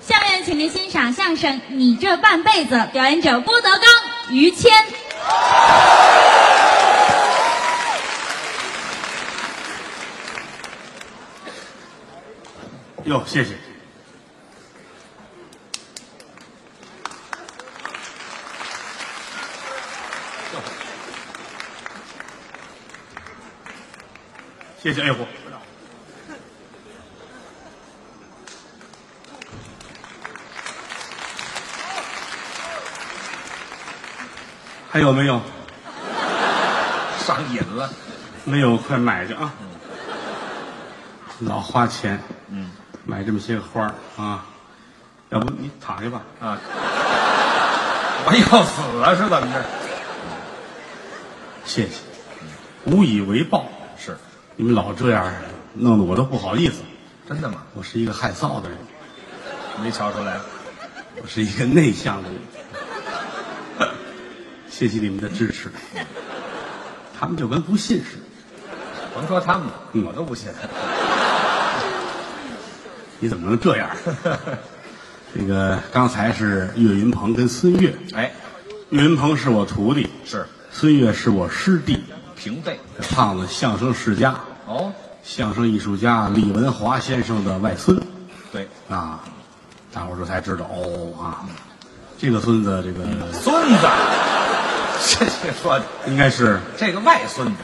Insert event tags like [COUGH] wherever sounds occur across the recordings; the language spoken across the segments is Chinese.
下面，请您欣赏相声《你这半辈子》，表演者郭德纲、于谦。哟，谢谢。谢谢，哎呦，还有没有？上瘾了，没有，快买去啊！老花钱，嗯买这么些花儿啊，要不你躺下吧？啊，我要死啊，是怎么着？谢谢，无以为报。是，你们老这样，弄得我都不好意思。真的吗？我是一个害臊的人，没瞧出来，我是一个内向的人。 [LAUGHS] 谢谢你们的支持，他们就跟不信似的。甭说他们了，嗯我都不信。 [LAUGHS] 你怎么能这样？ [LAUGHS] 这个刚才是岳云鹏跟孙越，哎，岳云鹏是我徒弟，是孙越是我师弟。平辈这胖子相声世家，哦，相声艺术家李文华先生的外孙对，啊，大伙儿这才知道哦啊，这个孙子这个孙子， [LAUGHS] 这这说的应该是这个外孙子，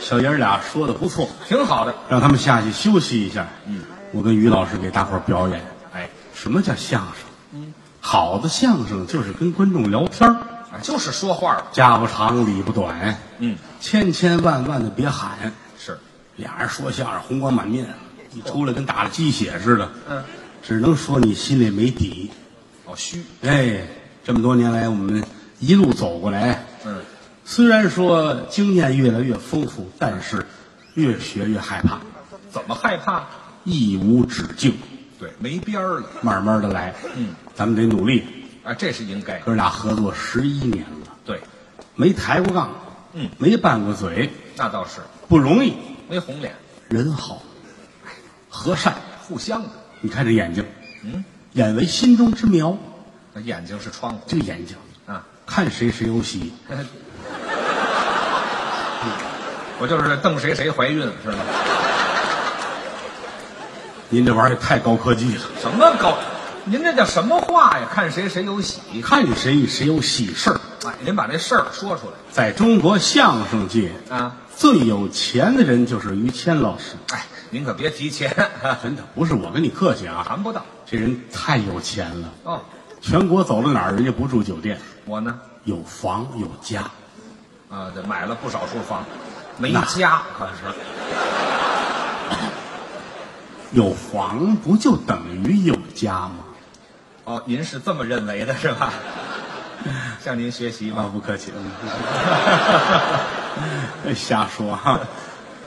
小爷儿俩说的不错，挺好的。让他们下去休息一下。嗯，我跟于老师给大伙儿表演哎，什么叫相声。嗯，好的相声就是跟观众聊天儿啊就是说话了，家不长理不短，嗯，千千万万的别喊。是俩人说相声红光满面，一出来跟打了鸡血似的。嗯，只能说你心里没底。哦，虚，哎，这么多年来，我们一路走过来，嗯，虽然说经验越来越丰富，但是越学越害怕，怎么害怕？义无止境。对，没边儿了，慢慢的来，嗯，咱们得努力。啊，这是应该。哥俩合作十一年了，对，没抬过杠，嗯，没拌过嘴，那倒是不容易。没红脸，人好，和善。互相的。你看这眼睛，嗯，眼为心中之苗，那眼睛是窗户这个眼睛啊。看谁谁有喜。 [LAUGHS] 我就是瞪谁谁怀孕是吧？您这玩意儿也太高科技了，什么高？您这叫什么话呀？看谁谁有喜。看谁谁有喜事儿。哎，您把这事儿说出来在中国相声界，啊！最有钱的人就是于谦老师。哎，您可别提钱，真的不是我跟你客气啊，谈不到这人太有钱了，哦。全国走到哪儿人家不住酒店，我呢，有房有家。啊，这买了不少处房，没那家可是。有房不就等于有家吗？哦，您是这么认为的是吧？ [LAUGHS] 向您学习啊，吧。不客气， [LAUGHS] 嗯瞎说哈、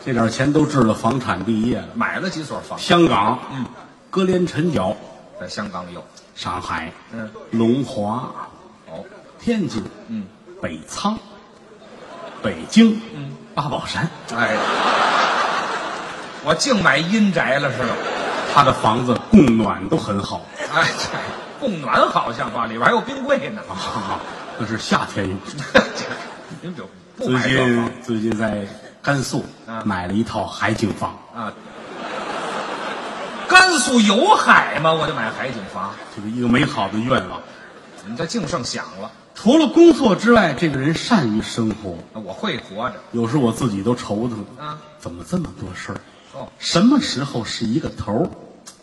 这点钱都置了房产毕业了。买了几所房，香港，嗯，歌连陈角，在香港有，上海，嗯，龙华，哦，天津，嗯，北仓，北京，嗯，八宝山，哎，我净买阴宅了是吧？他的房子供暖都很好哎，这供暖好像吧，里边还有冰柜呢。 [LAUGHS] 啊，那是夏天用。您就不最买这近房最近在甘肃啊买了一套海景房，啊？甘肃有海吗？我就买海景房。这是一个美好的愿望。你这净剩想了，除了工作之外，这个人善于生活。我会活着有时候我自己都愁腾，啊！怎么这么多事儿？哦，什么时候是一个头儿？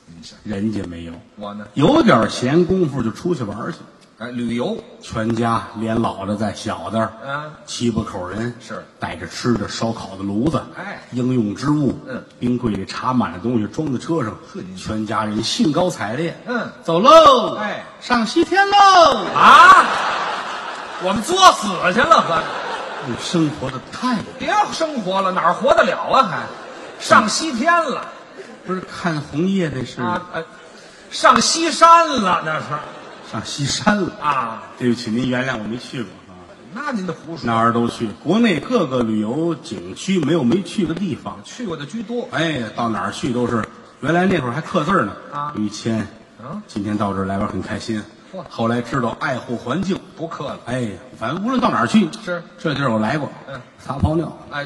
你想人家没有，我呢？有点闲工夫就出去玩儿去，哎，旅游全家连老的带小的，啊，七八口人是带着吃的烧烤的炉子，哎应用之物，嗯，冰柜里插满了东西，装在车上呵您，全家人兴高采烈，嗯走喽，哎上西天喽，啊，我们作死去了，可嗯生活的态度别生活了，哪儿活得了啊？还上西天了不是看红叶那是啊？呃，上西山了那是上西山了，啊？对不起，您原谅我没去过啊，那您的胡说，哪儿都去，国内各个旅游景区没有没去的地方。去过的居多。哎，到哪儿去都是，原来那会儿还刻字儿呢，啊于谦，嗯，今天到这儿来玩儿很开心嚯。后来知道爱护环境，不客了。哎，反正无论到哪儿去，是这地儿我来过，嗯，撒泡尿，哎，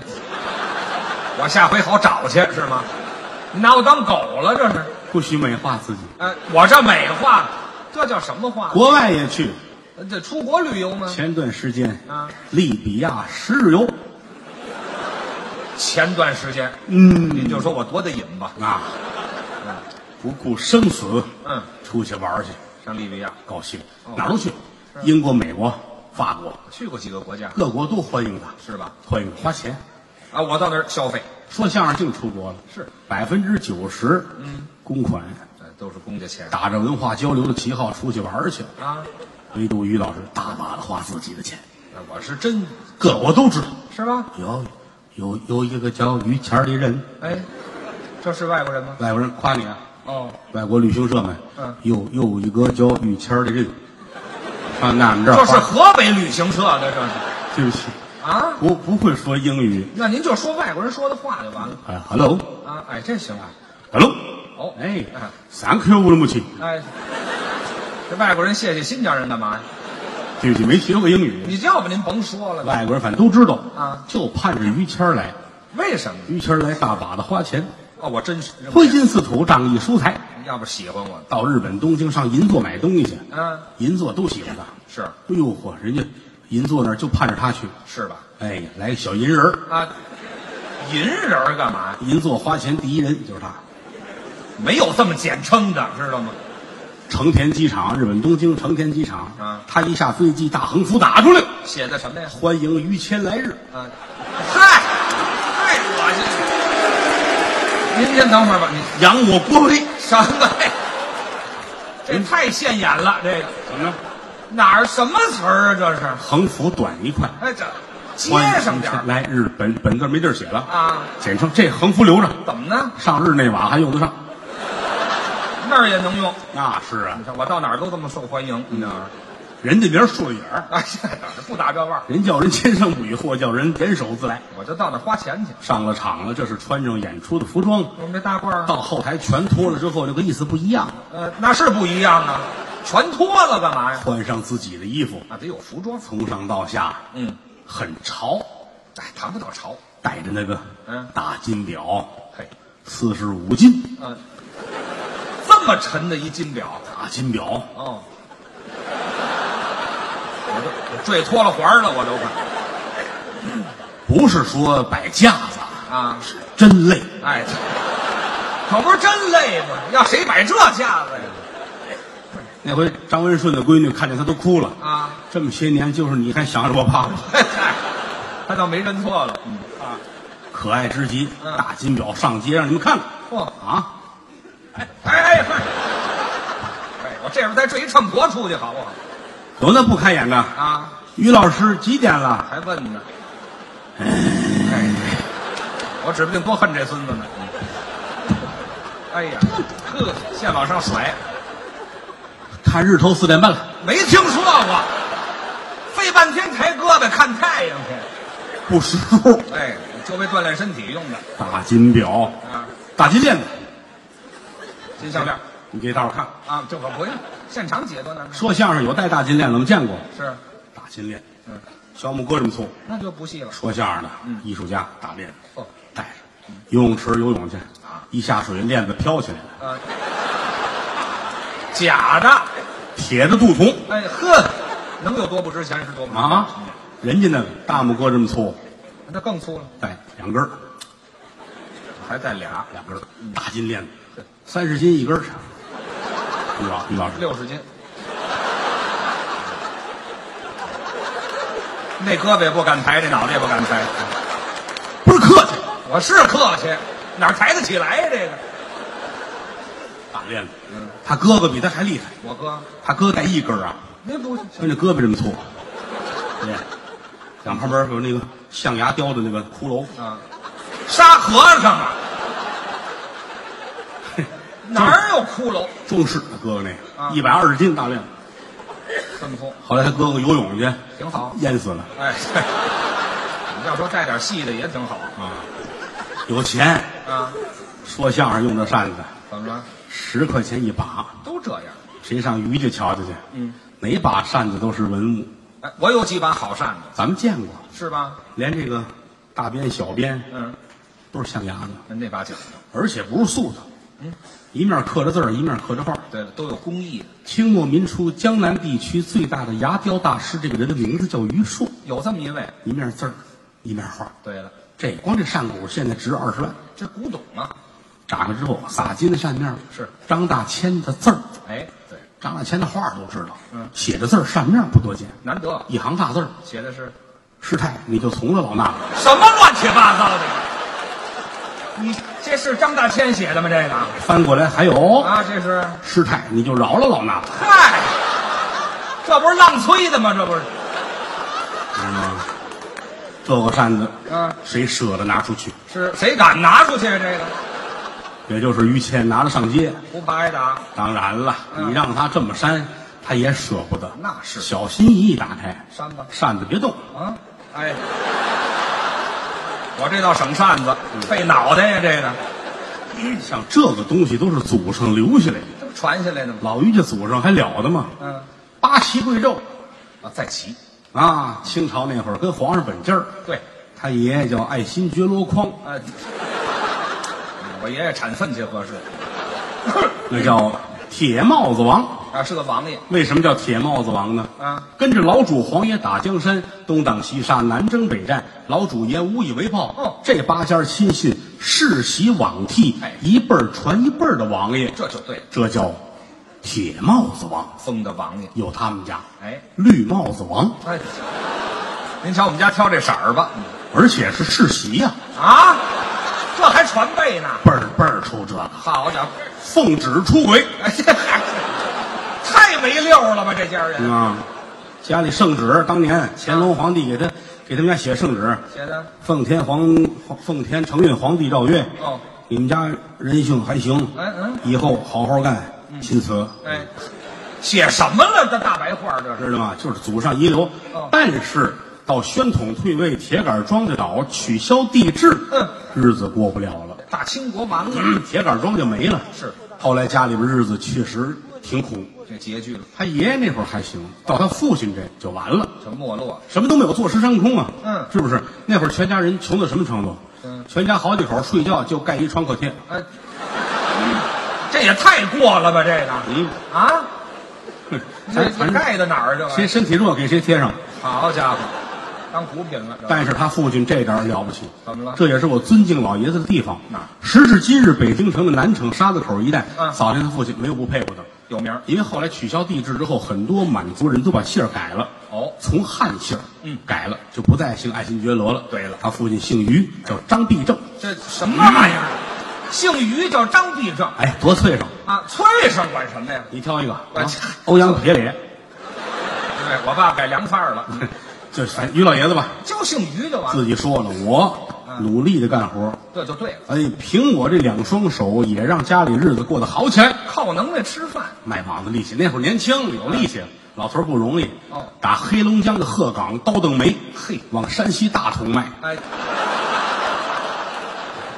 我下回好找去是吗？你拿我当狗了这是？不许美化自己。哎，我这美化，这叫什么话？国外也去，这出国旅游吗？前段时间嗯啊，利比亚十日游，前段时间，嗯您就说我多大瘾吧？啊，不顾生死，嗯，出去玩儿去，上利比亚高兴哦，哪儿都去是，英国、美国、法国，去过几个国家各国都欢迎他，是吧？欢迎花钱。啊，我到那儿消费说相声净出国了，是百分之九十，嗯，公款，哎都是公家钱打着文化交流的旗号出去玩儿去了，啊。唯独于老师大把的花自己的钱，哎我是真各国都知道。是吧？有有有一个叫于谦儿的人，哎，这是外国人吗？外国人夸你啊，哦，外国旅行社们，嗯，有有一个叫于谦儿的人，上俺们这儿这是花，河北旅行社的，这是对不起，啊？不不会说英语，那您就说外国人说的话就完了哎，hello 啊？哎，这行啊。 hello，哦哎啊，thank you very much，哎，这外国人谢谢新疆人干嘛呀？对不起，没学过英语，你要不您甭说了吧？外国人反正都知道啊就盼着于谦儿来，为什么？于谦儿来大把的花钱，哦，我真是，挥金似土，仗义疏财，要不喜欢我到日本东京上银座买东西去，啊？银座都喜欢他，是哎呦嚯，人家银座那儿就盼着他去。是吧？哎，来个小银人儿，啊，银人儿干嘛呀？银座花钱第一人就是他。没有这么简称的，知道吗？成田机场，日本东京成田机场啊他一下飞机，大横幅打出来，写的什么呀？欢迎于谦来日。啊，嗨，太恶心了！您先等会儿吧，你扬我国威，什么呀？这太现眼了，这个怎么着？哪儿什么词儿啊？这是？横幅短一块，哎，这接欢迎上于点谦儿来日本本字没地儿写了，啊？简称这横幅留着，怎么呢？上日内瓦还用得上。那儿也能用。那是啊你，看我到哪儿都这么受欢迎，你知道吗？人家名儿顺眼儿，哎呀，不打这腕儿，人叫人千声不语，或叫人点手自来。我就到那儿花钱去。上了场了，这是穿上演出的服装，我们这大褂儿，到后台全脱了之后，这个意思不一样。呃，那是不一样啊，全脱了干嘛呀？换上自己的衣服，啊，得有服装。从上到下，嗯，很潮，哎，谈不到潮。戴着那个嗯大金表，嘿，四十五斤嗯、这么沉的一金表，大金表，哦，我都我坠脱了环儿了，我都快不是说摆架子，啊！真累。哎，可不是真累吗？要谁摆这架子呀？那回张文顺的闺女看见他都哭了，啊，这么些年就是你还想着我胖了，嗨、他倒没认错了。嗯，可爱之极。嗯大金表上街让你们看看嚯、啊！哎哎嗨！哎，我这边再坠一秤砣出去好不好？有那不开眼的，啊，于老师几点了？还问呢。哎，我指不定多恨这孙子呢。哎呀，呵，现往上甩，看日头四点半了，没听说过，费半天抬胳膊看太阳去。不识数。哎，就为锻炼身体用的大金表，啊，大金链子，金项链你给大伙儿看。啊，这可不用现场解多难看。说相声有戴大金链子，我们见过。是，大金链，嗯，小拇哥这么粗。那就不细了。说相声的，艺术家大链子哦，戴着，游泳池游泳去啊，一下水链子飘起来了，啊，假的。铁的镀铜哎呵，能有多不值钱是多吗？啊，人家那个大拇哥这么粗，那更粗了，戴两根儿，还带俩，两根儿大金链子，三十斤一根儿，于老于老师六十斤。那胳膊也不敢抬，那脑袋也不敢抬。不是客气，我是客气，哪儿抬得起来呀、这个，大链子，他哥哥比他还厉害，我哥他哥戴一根儿啊，那不跟这胳膊这么粗，对，两旁边有那个象牙雕的那个骷髅，啊， [LAUGHS] 沙和尚 [LAUGHS] 啊，哪儿有骷髅？中式的哥哥那啊啊个，一百二十斤大链子，这么哭，后来他哥哥游泳去，挺好。淹死了。哎， [LAUGHS] 你要说带点戏的也挺好啊有钱，啊。说相声用得扇子，怎么了？十块钱一把，都这样。谁上于家瞧瞧去？嗯，哪把扇子都是文物，哎，我有几把好扇子，咱们见过，是吧？连这个大鞭、小鞭嗯，都是象牙的，那那把讲究。而且不是素的，嗯，一面刻着字儿，一面刻着画儿。对了，都有工艺的，清末民初，江南地区最大的牙雕大师，这个人的名字叫于树，有这么一位。一面字儿，一面画儿。对了，这光这扇骨现在值二十万，这古董啊，炸开之后撒金的扇面儿是张大千的字儿，哎，对，张大千的画儿都知道，嗯写的字儿扇面儿不多见，难得一行大字儿，写的是师太你就从了老衲了，什么乱七八糟的？你这是张大千写的吗？这个翻过来还有啊，这是师太你就饶了老衲了，嗨，这不是浪吹的吗？这不是知道吗？这个扇子啊？谁舍得拿出去？是谁敢拿出去啊？这个也就是于谦拿着上街，不怕挨打？当然了，嗯你让他这么扇，他也舍不得，那是小心翼翼打开扇吧扇子，别 [CLEARS THROAT] 动，啊，哎，我这倒省扇子，费脑袋呀，这个像这个东西都是祖上留下来的，这不传下来的吗？老于家祖上还了得吗？嗯，八旗贵胄啊，再骑，啊，清朝那会儿跟皇上本劲儿，对，他爷爷叫爱新觉罗匡，啊，我爷爷产粪去合适那叫铁帽子王。啊，是个王爷为什么叫铁帽子王呢？啊，跟着老主皇爷打江山，东挡西杀，南征北战，老主爷无以为报。哦这八家亲信世袭罔替哎，一辈儿传一辈儿的王爷，这就对了，这叫铁帽子王。封的王爷，有他们家哎。绿帽子王，哎，您瞧我们家挑这色儿吧，而且是世袭呀、啊，这还传背呢，辈儿辈儿出这个，好家伙，奉旨出轨哎这还太没溜儿了吧，这家人啊！家里圣旨，当年乾隆皇帝给他给他们家写圣旨，写的奉天皇奉天承运皇帝诏曰：哦，你们家人性还行，嗯嗯，以后好好干，钦此，哎，写什么了？这大白话这是知道吗？就是祖上遗留哦，但是到宣统退位，铁杆庄稼倒，取消地制嗯，日子过不了了，大清国啊亡了，铁杆庄就没了。是，后来家里边日子确实挺苦。这拮据了，他爷爷那会儿还行，到他父亲这就完了，这没落，什么都没有，坐吃山空啊。嗯是不是？那会儿全家人穷到什么程度？嗯全家好几口睡觉就盖一创可贴。哎，这也太过了吧，这个你啊，这 [LAUGHS] 咱这咱盖到哪儿这谁玩意身体弱给谁贴上。儿？好家伙，当补品了，这但是他父亲这点儿了不起，怎么了这也是我尊敬老爷子的地方。哪儿时至今日，北京城的南城沙子口一带，嗯早年他父亲没有不佩服的，有名儿因为后来取消地制之后，很多满族人都把姓儿改了。哦，从汉姓儿嗯改了，就不再姓爱新觉罗了。对了他父亲姓于，叫张必正。这什么玩意儿？姓于叫张必正哎，多脆生！啊，脆上管什么呀？你挑一个，啊哎欧阳铁脸， [LAUGHS] 对我爸改凉范儿了，就反于老爷子吧，就姓于就完了，自己说了，嗯我努力的干活，这就对了，哎，凭我这两双手，也让家里日子过得好起来。靠能耐吃饭。卖膀子力气，那会儿年轻有力气，老头儿不容易。哦打黑龙江的鹤岗刀邓煤，嘿往山西大同卖，哎，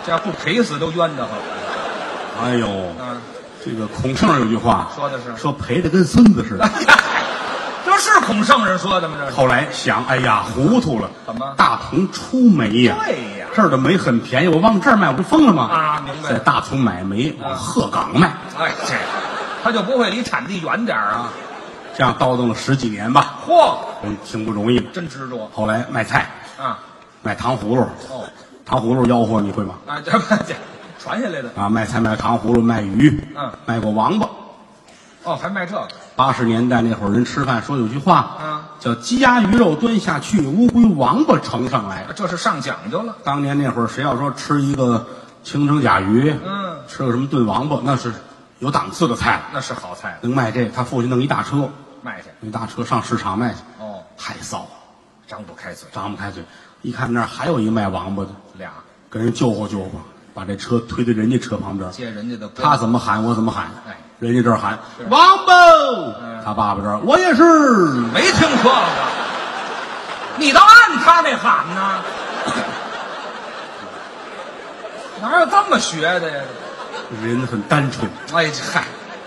这要不赔死都冤得慌。哎呦，嗯，这个孔圣有句话说的是 [LAUGHS] 说赔的跟孙子似的。这是孔圣人说的吗？这是后来想，哎呀，糊涂了，怎么大同出煤哎呀？对呀这儿的煤很便宜，我往这儿卖，我不疯了吗？啊明白在大同买煤，往鹤岗卖，哎，这他就不会离产地远点儿啊？这样叨叨了十几年吧，嚯，嗯，挺不容易的。真执着后来卖菜，啊！卖糖葫芦，哦，糖葫芦吆喝你会吗？啊，这不这传下来的啊，卖菜卖糖葫芦，卖鱼，嗯，卖过王八。哦，还卖这个八十年代那会儿，人吃饭说有句话，嗯，叫鸡鸭鱼肉端下去，乌龟王八呈上来。啊这是上讲究了。当年那会儿，谁要说吃一个清蒸甲鱼，嗯，吃个什么炖王八，那是有档次的菜了，那是好菜了，能卖这。他父亲弄一大车，卖去。一大车上市场卖去，哦，太骚了，张不开嘴，张不开嘴。一看那儿还有一卖王八的，俩跟人救活救活，把这车推到人家车旁边，接人家的锅他怎么喊我怎么喊，哎，嗯人家这儿喊王八，他爸爸这儿我也是。没听说过。你倒按他那喊呢？哪有这么学的呀？人很单纯，哎这嗨，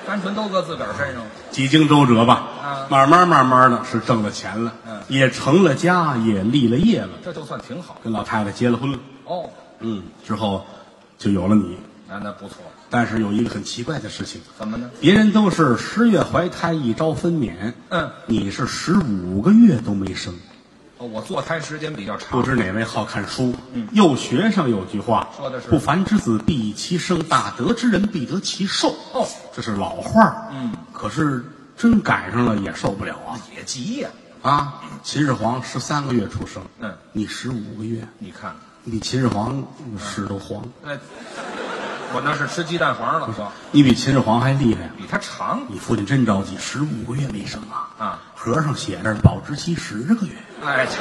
单纯都搁自个儿身上了。几经周折吧，啊慢慢慢慢的是挣了钱了，嗯也成了家，也立了业了，这就算挺好跟老太太结了婚了，哦。嗯，之后就有了你。那那不错，但是有一个很奇怪的事情，怎么呢？别人都是十月怀胎一朝分娩，嗯，你是十五个月都没生。哦，我坐胎时间比较不长，知哪位好看书，幼学上有句话嗯说的是不凡之子必以其生，大德之人必得其寿。哦，这是老话嗯，可是真赶上了也受不了啊也急哎呀。啊！秦始皇十三个月出生，嗯，你十五个月，你看看，你比秦始皇屎都黄，那我那是吃鸡蛋黄了，说你比秦始皇还厉害。啊比他长。你父亲真着急，十五个月没生啊！啊，盒上写着保质期十个月，哎，这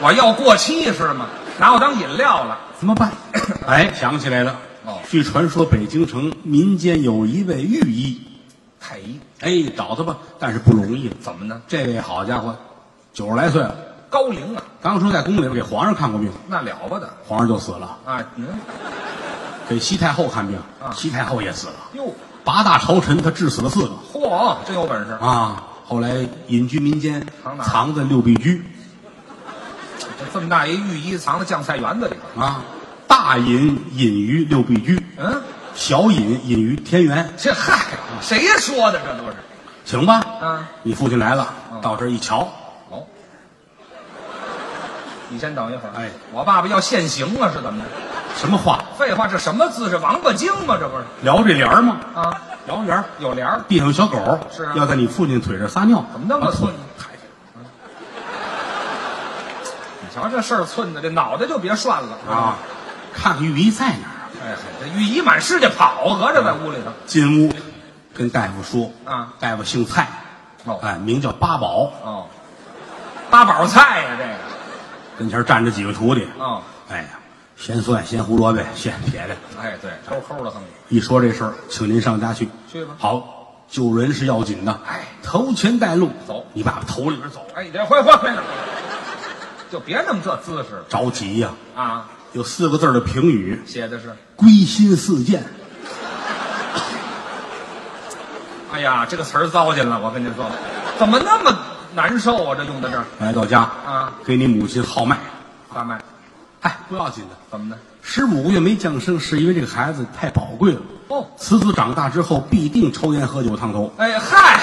我要过期是吗？拿我当饮料了。怎么 [COUGHS] 办？哎，想起来了。哦据传说北京城民间有一位御医，太医哎，找他吧，但是不容易了。怎么呢？这位好家伙，九十来岁了，高龄啊，当初在宫里边给皇上看过病，那了不得皇上就死了；啊！嗯，给西太后看病啊，西太后也死了。哟，八大朝臣他治死了四个嚯，真有本事！啊！后来隐居民间藏，哪儿藏在六必居这么大一御医藏在酱菜园子里头。啊，大隐隐于六必居，嗯，小隐隐于天元，这嗨，谁说的？这都是行吧？啊，你父亲来了，嗯到这儿一瞧，哦。你先等一会儿，哎，我爸爸要现行了，是怎么着？什么话？废话，这什么姿势？王八精吗？这不是聊这帘儿吗？啊？聊帘儿，有帘儿，地上有小狗，是啊要在你父亲腿上撒尿，怎么那么把腿寸？你瞧这事儿寸的，这脑袋就别涮了啊！，看看御医在哪儿啊？哎，这御医满世界跑，合着在屋里头。进屋跟大夫说啊大夫姓蔡，哦哎，名叫八宝，哦，八宝菜呀、这个跟前站着几个徒弟，哦，哎呀，咸蒜、咸胡萝卜、咸撇的。哎对，齁齁的很。一说这事儿，请您上家去，去吧好，救人是要紧的，哎，头前带路，走你爸爸头里边走，哎，你这回回回来，就别弄这姿势了着急呀、啊！有四个字儿的评语：写的是，归心似箭。哎呀，这个词儿糟践了，我跟您说，怎么那么难受啊？这用在这儿来到家啊，给你母亲号脉，大麦哎，不要紧的，怎么的？十五个月没降生，是因为这个孩子太宝贵了。哦此子长大之后必定抽烟喝酒烫头。哎嗨，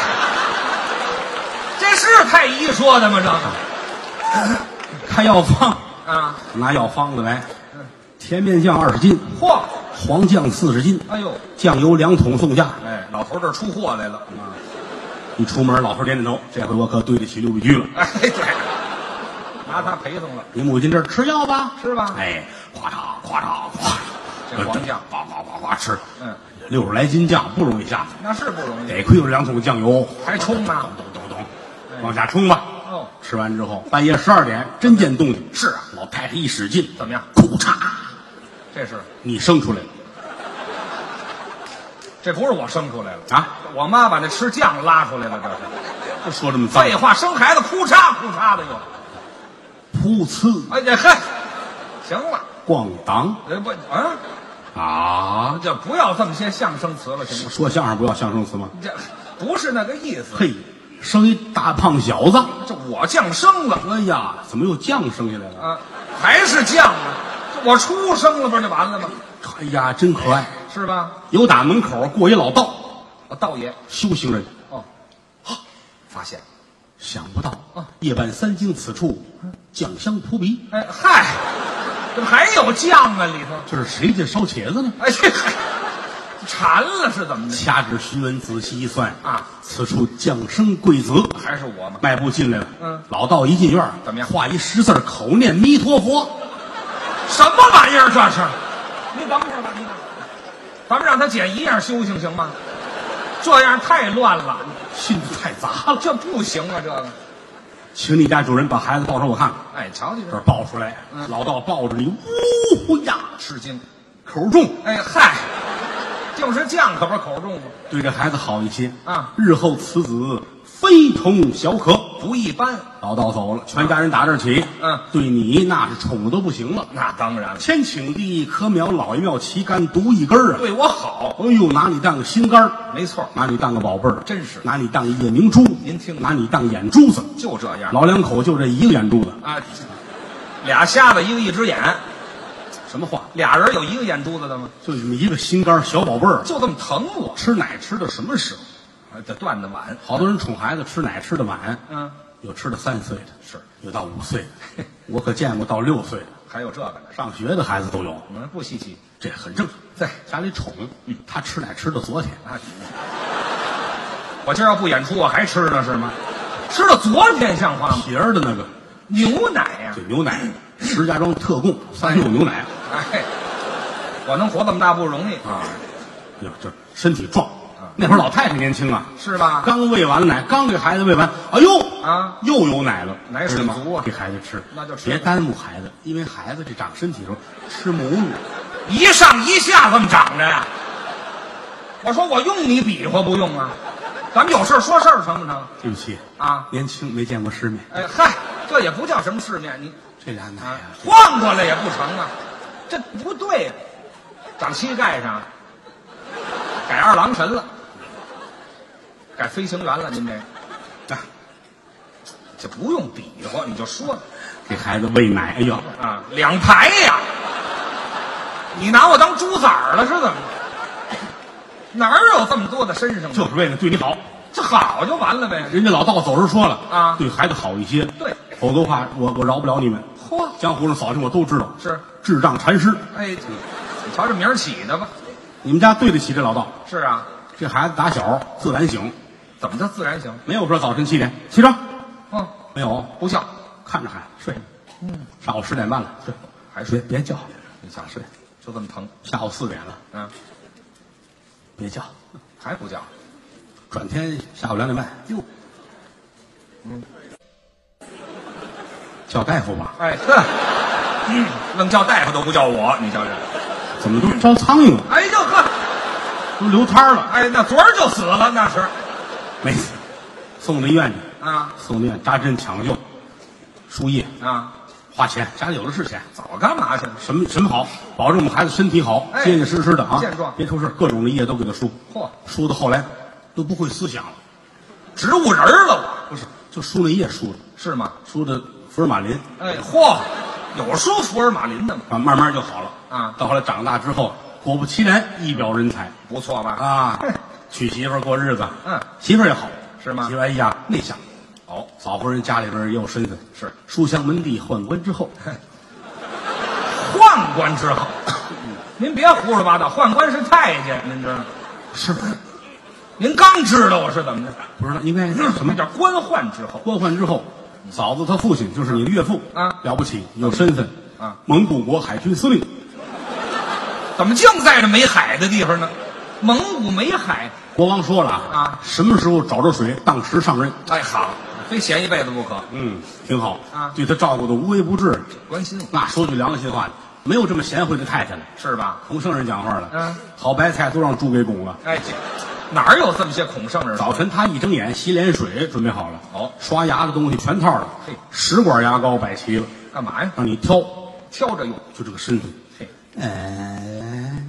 这是太医说的吗？这开药方，啊，拿药方子来，甜面酱二十斤，嚯，黄酱四十斤，哎呦，酱油两桶送下。哎，老头这儿出货来了。嗯一出门，老头点点头，这回我可对得起六必居了。哎，对，拿他陪送了。你母亲这儿吃药吧，吃吧哎，咵嚓咵嚓咵，这黄酱呱呱呱呱吃。嗯，六十来斤酱不容易下，那是不容易，得亏有两桶酱油，还冲呢。咚咚咚，嗯往下冲吧。哦，吃完之后，半夜十二点，真见动静。是啊，老太太一使劲，怎么样裤嚓，这是你生出来了这不是我生出来了，啊！我妈把那吃酱拉出来了，这就说这么是脏废，话，生孩子哭嚓哭嚓的又。噗呲，哎呀嗨，行了，咣当这不啊，啊！这不要这么些相声词了，行吗？说相声不要相声词吗？这不是那个意思，嘿，生一大胖小子，这我降生了哎呀，怎么又降生下来了？啊，还是降啊，我出生了不是就完了吗？哎呀，真可爱！是吧？有打门口过一老道，我道爷修行人，哦，发现了。想不到啊夜半三更此处，酱香扑鼻，哎嗨，怎么还有酱啊里头？这是谁家烧茄子呢？哎这馋了是怎么的？掐指询问，仔细一算啊，此处降生贵子，还是我吗？迈步进来了。嗯，老道一进院儿，怎么样画一十字儿口念弥陀佛，什么玩意儿这是？你等会儿吧，你等会儿，咱们让他姐一样修行行吗？这样太乱了，信的太杂了。这不行啊，这个。请你家主人把孩子抱出来，我看看。哎，瞧瞧这儿这抱出来，嗯老道抱着你，呜呼呀，吃惊。口重，哎嗨，就是犟，可不是口重吗？对这孩子好一些啊日后此子非同小可。不一般，老道走了，全家人打这儿起，嗯对你那是宠的都不行了。那当然了，千顷地，棵苗老爷庙，旗杆独一根儿啊！对我好，哎呦，拿你当个心肝儿，没错，拿你当个宝贝儿，真是拿你当夜明珠，您听着拿你当眼珠子，就这样。老两口就这一个眼珠子，啊，俩瞎子，一个一只眼，什么话？俩人有一个眼珠子的吗？就你一个心肝儿小宝贝儿，就这么疼我，吃奶吃到什么时候？啊这断的晚，好多人宠孩子吃奶吃的晚，嗯，有吃到三岁的，是有到五岁的，我可见过到六岁的，还有这个呢，上学的孩子都有，我们不稀奇这很正常。对家里宠，他吃奶吃到昨天，啊。我今儿要不演出，我还吃呢是吗？吃到昨天像话吗？铁儿的那个牛奶呀、对牛奶，石家庄特供三六牛奶哎，我能活这么大不容易，啊，哟，这身体壮。啊那会儿老太太年轻啊，是吧？刚喂完了奶，刚给孩子喂完，哎呦啊，又有奶了，奶水知道吗足啊给孩子吃，那就吃别吧耽误孩子，因为孩子这长身体的时候吃母乳，一上一下这么长着呀、我说我用你比划不用啊？咱们有事儿说事儿成不成？对不起啊年轻没见过世面，哎嗨，这也不叫什么世面，你这俩奶啊啊，，晃过来也不成啊，这不对、呀，长膝盖上，改二郎神了，改飞行员了，您这啊这不用比划，你就说给孩子喂奶，哎呦，啊，两排呀，你拿我当猪崽儿了是怎么着？哪儿有这么多的身上的？就是为了对你好。这好就完了呗。人家老道走时说了啊对孩子好一些，对否则的话我我饶不了你们。嚯，江湖上扫兴我都知道，是智障禅师，哎，你瞧这名儿起的吧？你们家对得起这老道。是啊，这孩子打小自然醒，怎么叫自然醒？没有说早晨七点起床，嗯，没有，不像，看着孩子睡。嗯，上午十点半了，睡，还别睡，别叫，你想睡，就这么疼，下午四点了，嗯。别叫。还不叫？转天下午两点半，哟，嗯叫大夫吧，哎，呵，嗯，愣叫大夫都不叫我，你瞧这，怎么都招苍蝇了，哎呦呵，都流摊儿了，哎，那昨儿就死了，那是没死，送到医院去，啊送到医院扎针抢救，输液，啊，花钱，家里有的是钱，早干嘛去了？什么什么好，保证我们孩子身体好，哎结结实实的啊，健壮别出事，各种的液都给他输，嚯，输到后来都不会思想了，植物人儿了不是，就输那液输的，我，是吗？输的福尔马林哎，嚯，有说福尔马林的吗？啊，慢慢就好了啊到后来长大之后，果不其然，一表人才不错吧？啊，娶媳妇儿过日子，嗯，媳妇儿也好，是吗媳妇儿哎呀内向，哦，早婚人家里边儿也有身份，是书香门第，宦官之后，宦官之后，您别胡说八道，宦官是太监，您知道吗？是不是？您刚知道我是怎么着？不知道应 [LAUGHS] 该什么那叫官宦之后，官宦之后，嫂子她父亲就是你的岳父啊了不起，有身份啊，蒙古国海军司令，怎么净在这没海的地方呢？蒙古没海，国王说了啊什么时候找着水，当时上任，哎，好，非闲一辈子不可，嗯，挺好啊对他照顾的无微不至。关心我，那说句良心话，没有这么贤惠的太太了。是吧？孔圣人讲话了，嗯，好白菜都让猪给拱了。哎，这哪儿有这么些孔圣人？早晨他一睁眼，洗脸水准备好了，好刷牙的东西全套了嘿，十管牙膏摆齐了，干嘛呀？让你挑，挑着用。就这个身份。嘿，呃，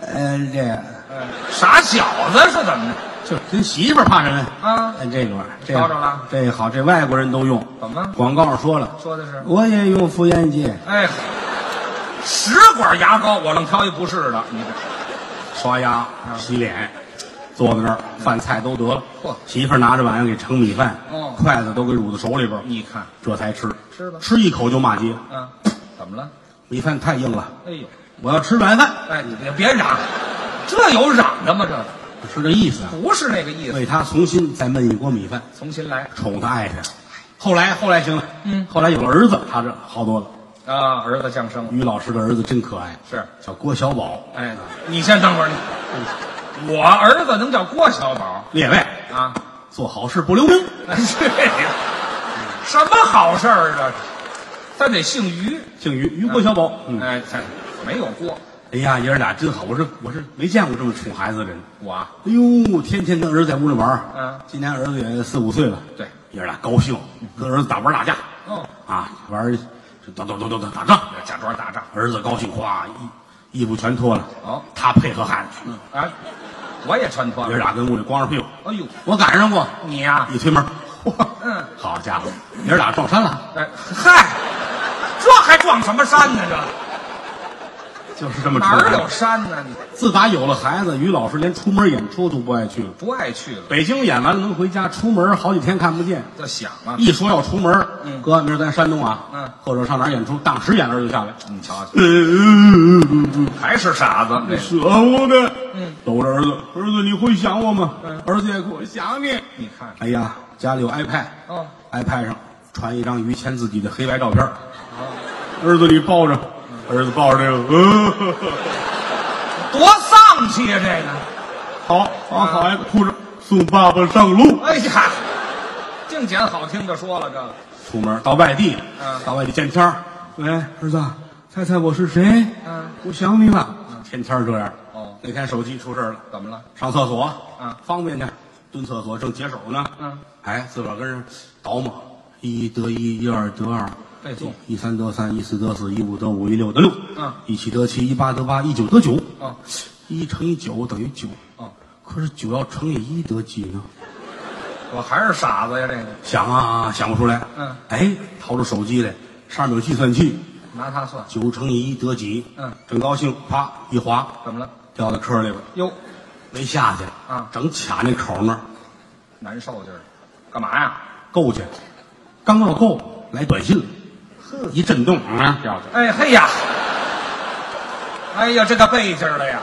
呃，这个哎傻小子是怎么的？就是跟媳妇儿怕什么呀？啊哎这个玩意儿，这找着了这好，这外国人都用。怎么广告上说了，说的是？我也用妇炎洁，哎，十管牙膏我愣挑一不是的，你这刷牙、洗脸，坐在那儿，饭菜都得了啊嗯嚯。媳妇儿拿着碗给盛米饭，哦筷子都给捂在手里边儿，你看这才吃。吃吧吃一口就骂街，啊，怎么了？米饭太硬了，哎呦，我要吃软饭，哎，你别别嚷，这有嚷的吗？这个是这意思啊。不是那个意思，为他重新再焖一锅米饭，重新来宠他爱他。后来后来行了，嗯后来有了儿子，他这好多了。啊！儿子降生了，于老师的儿子真可爱，是叫郭小宝，哎，你先等会儿，你我儿子能叫郭小宝列位啊？做好事不留名，哎这什么好事儿啊？这是咱得姓于，姓于，于郭小宝。嗯，哎，咱没有锅，哎呀，爷儿俩真好，我是我是没见过这么宠孩子的人。我啊哎呦，天天跟儿子在屋里玩儿嗯今年儿子也四五岁了，对，爷儿俩高兴，跟儿子打玩打架，哦，啊，玩儿就打打打打打打仗，假装打仗儿子高兴，哗，衣衣服全脱了，哦他配合孩子，啊，我也穿脱爷儿了。俩跟屋里光着屁股，哎呦，我赶上过，你呀、一推门，嚯，嗯，好家伙，爷儿俩撞衫了，哎嗨，这还撞什么山呢？这就是这么哪出儿来有的。山呢？你自打有了孩子，于老师连出门演出都不爱去了。不爱去了，北京演完了能回家，出门好几天看不见。这想啊，一说要出门，嗯哥，明儿咱山东啊，嗯或者上哪儿演出，当时眼泪就下来。你瞧瞧，嗯，还是傻子。这舍不得。嗯，搂着儿子，儿子你会想我吗？嗯儿子也哭，我想你。你看，哎呀，家里有 iPad，哦 i p a d 上传一张于谦自己的黑白照片。儿子你抱着，儿子抱着这个，嗯，多丧气呀、这个。好，好，好，哎，哭着送爸爸上路。哎呀，净捡好听的说了这个。出门到外地，嗯到外地见天儿，喂，儿子，猜猜我是谁？嗯，我想你了。天天儿这样。哦那天手机出事儿了，怎么了？上厕所，嗯方便去，蹲厕所正解手呢，嗯，哎，自个儿跟人倒磨，一得一，一二得二，背诵一三得三，一四得四，一五得五，一六得六，嗯一七得七，一八得八，一九得九，哦一乘以九等于九，哦，可是九要乘以一得几呢？我还是傻子呀，这个想啊，想不出来，嗯，哎，掏出手机来，上面有计算器，拿他算。九乘以一得几？嗯，正高兴，啪一滑，怎么了？掉到坑里边，哟，没下去啊整卡那口那儿，难受劲儿，干嘛呀？够去，刚要够，来短信了，一震动啊，掉下去，哎嘿呀，哎呀，这个背劲儿了呀！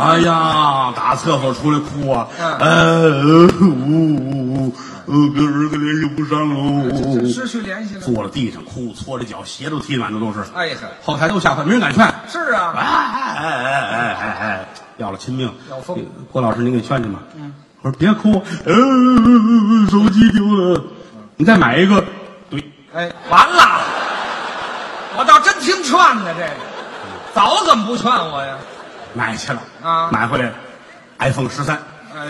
哎呀，打厕所出来哭啊，嗯呃，呜呜呜，呃，跟儿子联系不上这喽，失去联系了。坐在地上哭，搓着脚，鞋都踢满的都是，哎呀，后台都吓坏，没人敢劝，是哎啊，哎哎哎哎哎，要了亲命！要疯郭老师，您给劝劝吧。嗯，我说别哭，呃，手机丢了，你再买一个。对，哎，完了，我倒真听劝呢，这个早怎么不劝我呀？买去了啊买回来了，iPhone 十三哎，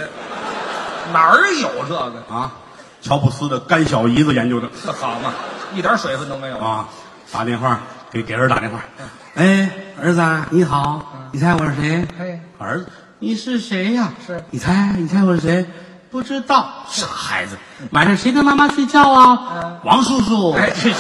哪儿有这个？啊，乔布斯的干小姨子研究的这好嘛，一点水分都没有。啊，打电话给给人打电话，哎，儿子啊你好，你猜我是谁？嘿，儿子，你是谁呀、是你猜，你猜我是谁？不知哎道，傻孩子，晚上谁跟妈妈睡觉啊？王叔叔，哎，这这，